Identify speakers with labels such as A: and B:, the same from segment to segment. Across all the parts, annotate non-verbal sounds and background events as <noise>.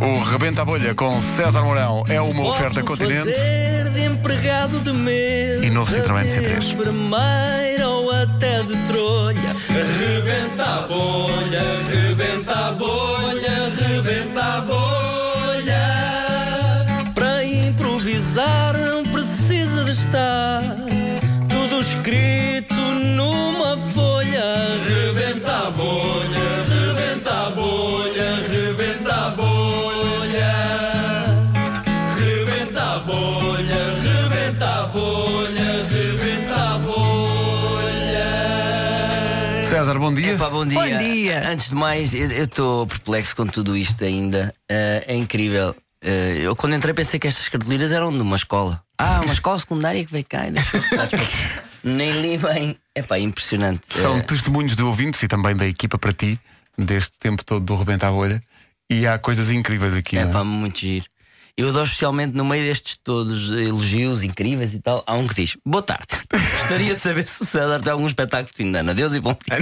A: O Rebenta a Bolha com César Mourão é uma oferta
B: Posso
A: continente.
B: fazer de empregado de mesa
A: E novo Citroën C3.
B: de enfermeira ou até de trolha Rebenta a bolha, rebenta a bolha, rebenta a bolha Para improvisar não precisa de estar Tudo escrito numa folha Rebenta a bolha, rebenta a bolha, rebenta a bolha Rebenta a bolha, rebenta a bolha, rebenta a bolha.
A: César, bom dia.
C: Epá, bom dia.
D: Bom dia.
C: Antes de mais, eu eu estou perplexo com tudo isto ainda. Eh, é incrível. Eh, eu quando entrei pensei que estas cartolinas eram de uma escola. Ah, uma escola secundária que veio cá e <laughs> deixou recados. Nem li bem. É pá, impressionante.
A: São
C: Eh,
A: testemunhos de ouvintes e também da equipa para ti, deste tempo todo do Rebenta a Bolha. E há coisas incríveis aqui.
C: É
A: não é?
C: pá, muito giro. Eu adoro especialmente no meio destes todos elogios incríveis e tal. Há um que diz: Boa tarde. <laughs> Gostaria de saber se o César tem algum espetáculo de fim de ano. Adeus e bom dia.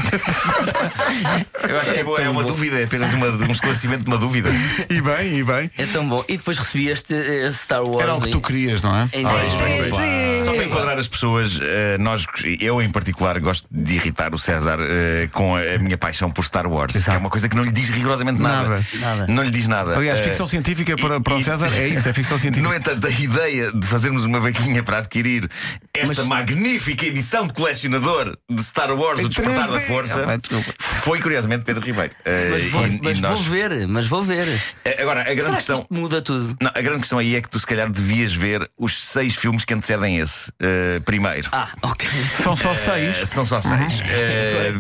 E: Eu acho que é, boa, é
C: tão
E: uma
C: bom.
E: dúvida, é apenas uma, um esclarecimento de uma dúvida.
A: E bem, e bem.
C: É tão bom. E depois recebi este eh, Star Wars.
A: Era o que
C: em-
A: tu querias, não é?
C: em 3D.
E: Só para enquadrar as pessoas, eh, nós, eu em particular gosto de irritar o César eh, com a a minha paixão por Star Wars,
A: Exato.
E: que é uma coisa que não lhe diz rigorosamente nada.
A: Nada.
C: Nada.
E: Não lhe diz nada.
A: Aliás,
E: Eh,
A: ficção científica para, para o
E: e-
A: César é isso, é ficção
E: <laughs> No
A: científica.
E: entanto, a ideia de fazermos uma vaquinha para adquirir esta magnífica edição de colecionador de Star Wars,
A: Em
E: o Despertar da
A: 3D.
E: Força,
A: Ah, pá, desculpa.
E: foi curiosamente Pedro Ribeiro. Eh,
C: Mas, vou,
E: e- e
C: mas
E: nós-
C: vou ver, mas vou ver.
E: Eh, Agora, a grande
C: Será que
E: questão.
C: isto muda tudo?
E: Não, a grande questão aí é que tu se calhar devias ver os seis filmes que antecedem esse eh, primeiro.
C: Ah,
A: <laughs>
C: ok.
A: São só seis.
E: Eh, são só seis. Eh,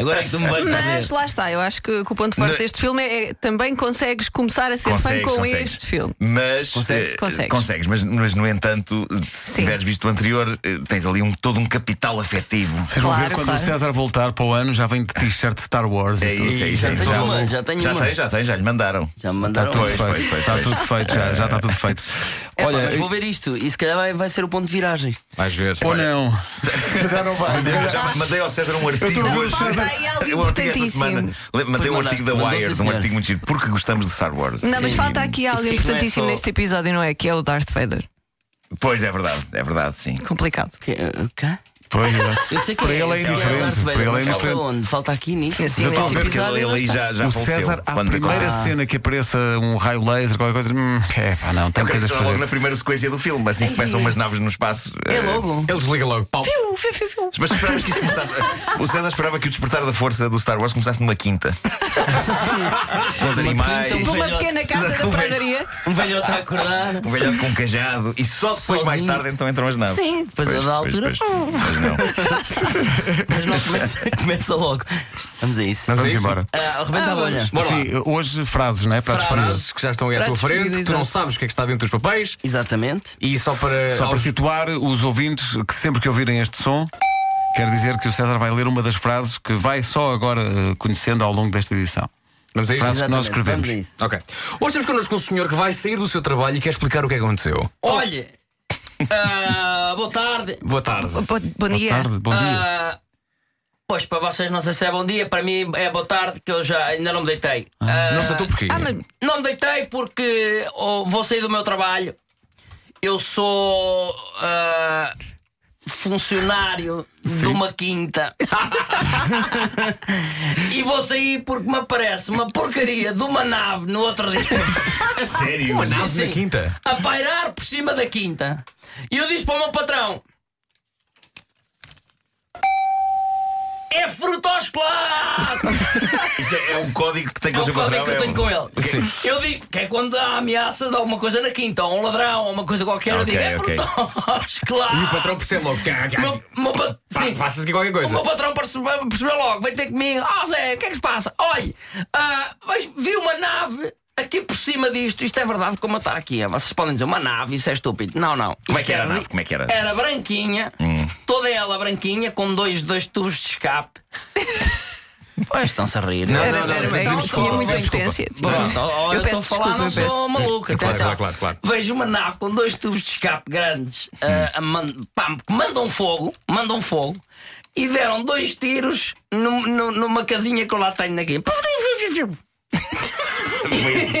C: Agora é que tu me vais
D: Mas
C: perder.
D: lá está, eu acho que, que o ponto forte
E: Não-
D: deste filme é, é também consegues começar a ser
E: Consegues,
D: fã com
E: consegues.
D: este filme.
E: Mas
C: Consegues?
E: eh,
D: Consegues.
E: consegues, mas, mas no entanto, se tiveres visto o anterior, eh, tens ali um, todo um capital afetivo.
A: Vocês vão ver
D: Claro,
A: quando
D: claro.
A: o César voltar para o ano, já vem de t-shirt Star Wars. e
E: É
A: tudo.
E: isso, é isso,
C: Já
E: é isso.
C: tenho uma, já tenho
E: já
C: uma.
E: tem, já tem, já lhe mandaram.
C: Já me
A: Está
C: mandaram.
A: Tá tudo
E: Pois,
A: feito,
E: pois, pois,
A: está
E: pois.
A: tudo feito, já, já está tudo feito.
C: Olha,
A: Olha,
C: É, mas vou ver isto e se calhar vai, vai ser o ponto de viragem.
E: Vais ver.
A: ou não. é Já não vai.
E: <laughs> Eu já mandei ao César um artigo.
A: Eu estou
D: Não, falta aí algo
E: Eu artigo esta
D: importantíssimo.
E: semana. Le- Mandei um
C: Pois
E: artigo da
C: mandaste,
E: Wired,
C: mandou, sim,
E: um
C: senhor.
E: artigo muito giro, porque gostamos de Star Wars.
D: Não, mas
E: Sim.
D: falta aqui algo
C: E que não é
D: importantíssimo
C: só-
D: neste episódio, não é? Que é o Darth Vader.
E: Pois é verdade, é verdade, sim.
D: Complicado.
C: Que- o quê?
A: Pois, é.
C: Eu sei que
A: Para
C: é,
A: ele é
C: eu sei que
A: indiferente,
C: o Darth Vader,
A: para ele é
C: mas falta
A: indiferente.
C: onde? Falta aqui nisso.
D: Assim,
A: Mas
D: neste
A: vamos ver é
E: Porque
D: episódio.
E: ele
D: lá
E: ali
D: está.
E: já, já
A: o
E: faleceu.
A: César, à
E: É quando
A: primeira
E: acontece.
A: cena que apareça um raio laser, qualquer coisa, hum, é pá, não, tem
E: Eu creio que
A: coisas a
E: será logo
A: fazer.
E: na primeira sequência do filme, assim que começam umas naves no espaço.
C: É
E: eh,
C: logo.
F: Ele desliga logo. Pau.
E: Mas esperavas que isso começasse. O César esperava que o despertar da força do Star Wars começasse numa
C: <laughs>
E: quinta. Com os
C: Uma
E: animais,
C: quinta,
D: Uma pequena casa da pradaria.
C: Um velhote a
A: <laughs>
C: acordar.
E: um velhote com um cajado e só depois,
C: Sozinho.
E: mais tarde, então entram as naves.
C: Sim, depois da altura. hum.
E: Pois, pois não.
C: <laughs> Mas não começa,
A: <laughs>
C: começa logo. Vamos a isso.
A: Vamos
F: É isso?
A: embora.
C: Ah, arrebenta
D: Ah,
C: a bolha. Bora lá.
A: Sim, hoje frases, não é? Para as frases.
F: Frases que já estão aí à tua
D: Pratos
F: frente, que
D: preferidos,
F: tu não
D: exato.
F: sabes o que é que está dentro dos papéis.
C: Exatamente.
F: E só para.
A: Só para
F: aos-
A: situar os ouvintes que sempre que ouvirem este som, quer dizer que o César vai ler uma das frases que vai só agora eh, conhecendo ao longo desta edição.
F: Vamos a isso?
A: Frases que nós
C: Exatamente.
A: escrevemos.
C: Vamos a isso.
F: Ok. Hoje temos connosco um senhor que vai sair do seu trabalho e quer explicar o que é que aconteceu.
C: Olha. ah, boa tarde.
F: Boa tarde.
D: Bo- Bom
A: Boa
D: dia.
A: tarde, bom dia.
C: Ah, pois, para vocês não sei se é bom dia, para mim é boa tarde, que eu já ainda não me deitei. Ah,
F: Não sei tu porquê.
D: Ah, mas
C: Não me deitei porque oh, vou sair do meu trabalho. Eu sou ah, funcionário de uma quinta. <laughs> e vou sair porque me aparece uma porcaria de uma nave no outro dia.
E: A sério?
F: Uma nave
C: sim.
F: na quinta.
C: a pairar por cima da quinta. E eu disse para o meu patrão: É frutosclaro!
E: Isso é, é um código que tem
C: É
E: com o
C: o
E: seu
C: código
E: patrão.
C: que eu tenho
E: um-
C: com ele. Eu digo que é quando há ameaça de alguma coisa na quinta, ou um ladrão, ou uma coisa qualquer, eu
E: Ok,
C: digo: É
E: ok.
C: frutosclaro!
F: E o patrão percebe logo. Cá, cá.
C: Ah. Meu- meu pa-
F: Pá,
C: sim.
F: Passa-se aqui qualquer
C: O
F: coisa.
C: meu patrão percebeu, percebeu logo, veio ter comigo. Ah, Zé, o que é que se passa? Olha, ah, mas vi uma nave aqui por cima disto. Isto é verdade, como está aqui. Vocês podem dizer, uma nave, isso é estúpido. Não, não.
E: Como é
C: Isto
E: que era a
C: ri-
E: nave? Como é que era?
C: Era branquinha, toda ela branquinha, com dois, dois tubos de escape. pois estão-se a rir.
F: Não,
D: era, era,
F: não, não, não,
D: era,
F: pedimos
D: é tinha
F: desculpa,
D: muita
F: pedimos
D: potência.
C: Pronto, ó, eu
D: Eu
C: estou
D: peço
C: a falar,
D: desculpa,
C: então não
D: eu
C: sou
D: peço.
C: maluco.
F: Claro,
C: atenção.
F: claro, claro, claro.
C: Vejo uma nave com dois tubos de escape grandes ah, a man- pá, que mandam fogo, mandam fogo e deram dois tiros num- num- numa casinha que eu lá tenho aqui.
E: Foi esse
C: <laughs>
E: som.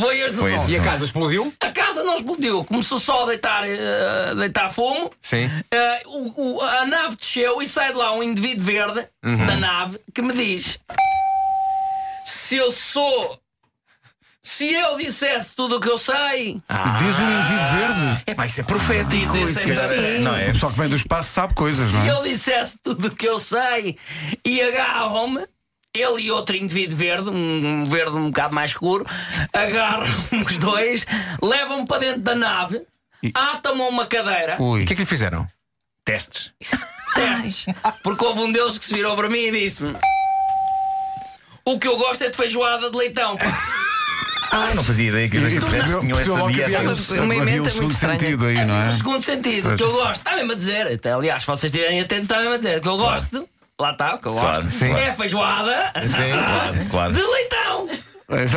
C: Foi este
E: Foi
C: o som.
E: esse
F: E a casa explodiu?
C: A casa não explodiu, começou só a deitar, eh, a deitar fumo.
F: Sim.
C: Eh, o- o- a nave desceu e sai de lá um indivíduo verde
A: Uhum.
C: da nave que me diz: Se eu sou. Se eu dissesse tudo o que eu sei.
A: Diz um indivíduo verde.
E: É, mas isso é profético.
C: Dizem
E: isso
C: sempre
E: era-
D: assim.
E: Não é?
A: O pessoal que vem do espaço sabe coisas, não
C: Se
A: é?
C: eu dissesse tudo o que eu sei e agarram-me, ele e outro indivíduo verde, um verde um bocado mais escuro, agarram-me os dois, levam-me para dentro da nave, atam-me a uma cadeira,
F: O que é que lhe fizeram?
E: Testes.
C: testes, porque houve um deles que se virou para mim e disse-me: O que eu gosto é de feijoada de leitão.
E: Ah, não fazia ideia que os extraterrestres tinham
A: Percebeu
E: essa
A: logo que
E: dieta.
A: havia-
D: Uma- uma
A: havia
D: emenda
A: um
D: muito
A: segundo
D: estranha. um
A: sentido aí, não é?
C: Segundo sentido, o que eu gosto, está mesmo a dizer. Até, aliás, se vocês estiverem atentos, está mesmo a dizer. O que eu gosto, lá está, o que eu gosto,
E: Claro, sim.
C: é feijoada
E: Claro, claro.
C: de leitão.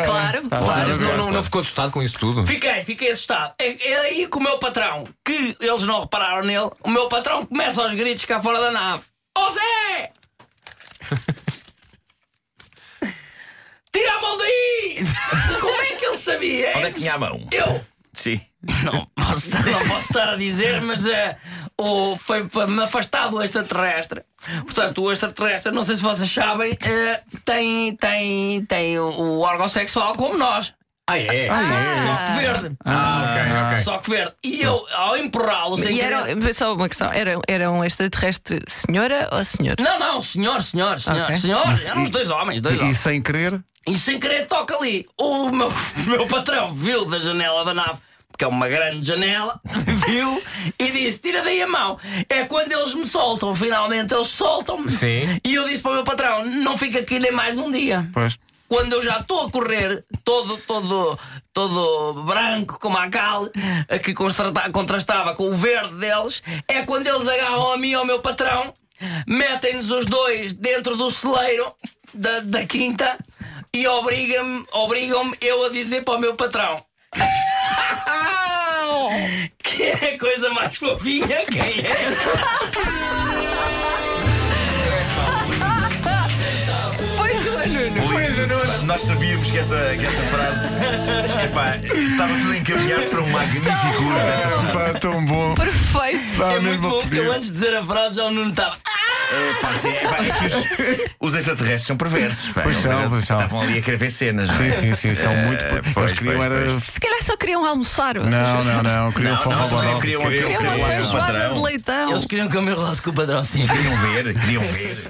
D: Claro.
A: Tá,
F: Mas
A: sabe?
F: não, não- não ficou assustado com isso tudo?
C: Fiquei, fiquei assustado. É, é aí que o meu patrão, que eles não repararam nele, o meu patrão começa aos gritos cá fora da nave. Ó
E: <laughs>
C: Zé! Tira a mão daí! Como é que ele sabia?
E: Onde é que tinha a mão?
C: Eu
E: Sim.
C: não posso, estar- não posso estar a dizer, mas eh, o, foi para me afastar do extraterrestre. Portanto, o extraterrestre, não sei se vocês sabem, eh, tem, tem, tem o, o órgão sexual como nós.
F: Ah, é?
C: Só que verde.
F: Ah, ok, ok.
C: Só que verde. E eu, ao empurrá-lo, sem
D: E
C: querer-
D: era, só uma questão, era, era um extraterrestre senhora ou senhor?
C: Não, não, senhor, senhor, senhor,
D: Ok.
C: senhor. Eram os dois homens, dois
A: E
C: homens.
A: sem querer,
C: E sem querer toca ali. O meu, o meu patrão viu da janela da nave, porque é uma grande janela, <laughs> viu e disse: Tira daí a mão. É quando eles me soltam, finalmente eles soltam-me.
F: Sim.
C: E eu disse para o meu patrão: Não fica aqui nem mais um dia.
A: pois.
C: quando eu já estou a correr, todo, todo, todo branco, como a cal, eh, que constrata- contrastava com o verde deles, é quando eles agarram a mim e ao meu patrão, metem-nos os dois dentro do celeiro da, da quinta e obrigam-me obrigam eu a dizer para o meu patrão. Que é a coisa mais fofinha, quem é?
D: Foi tu, Nuno.
E: Nós sabíamos que essa, que essa frase epá, estava tudo a encaminhar-se para um magnífico uso dessa frase.
A: É, Pá, tão bom.
D: Perfeito.
A: Dá
C: É
A: mesmo
C: muito
A: a
C: bom porque
A: pedir.
C: eu antes de dizer a frase já o Nuno estava.
E: Epá, sim, epá, é que os, os extraterrestres são perversos. Pá,
A: Pois
E: Eles
A: são,
E: era-
A: pois são.
E: Estavam ali a querer ver cenas. não é?
A: Sim, sim, sim, são
E: Eh,
A: muito.
E: pois,
A: Mas queriam
E: pois,
A: era.
E: pois.
D: Se calhar só queriam almoçar. vocês
A: Não,
D: percebem?
A: não, não, queriam
E: Não, não,
A: forró
E: também
A: badó. Queriam-
E: queriam aquele
D: Queriam
E: ser
D: uma
E: lá com o
D: feijoada de
E: patrão.
D: leitão.
C: Eles queriam que eu me enrolasse com o padrão, sim.
E: Queriam ver, queriam ver.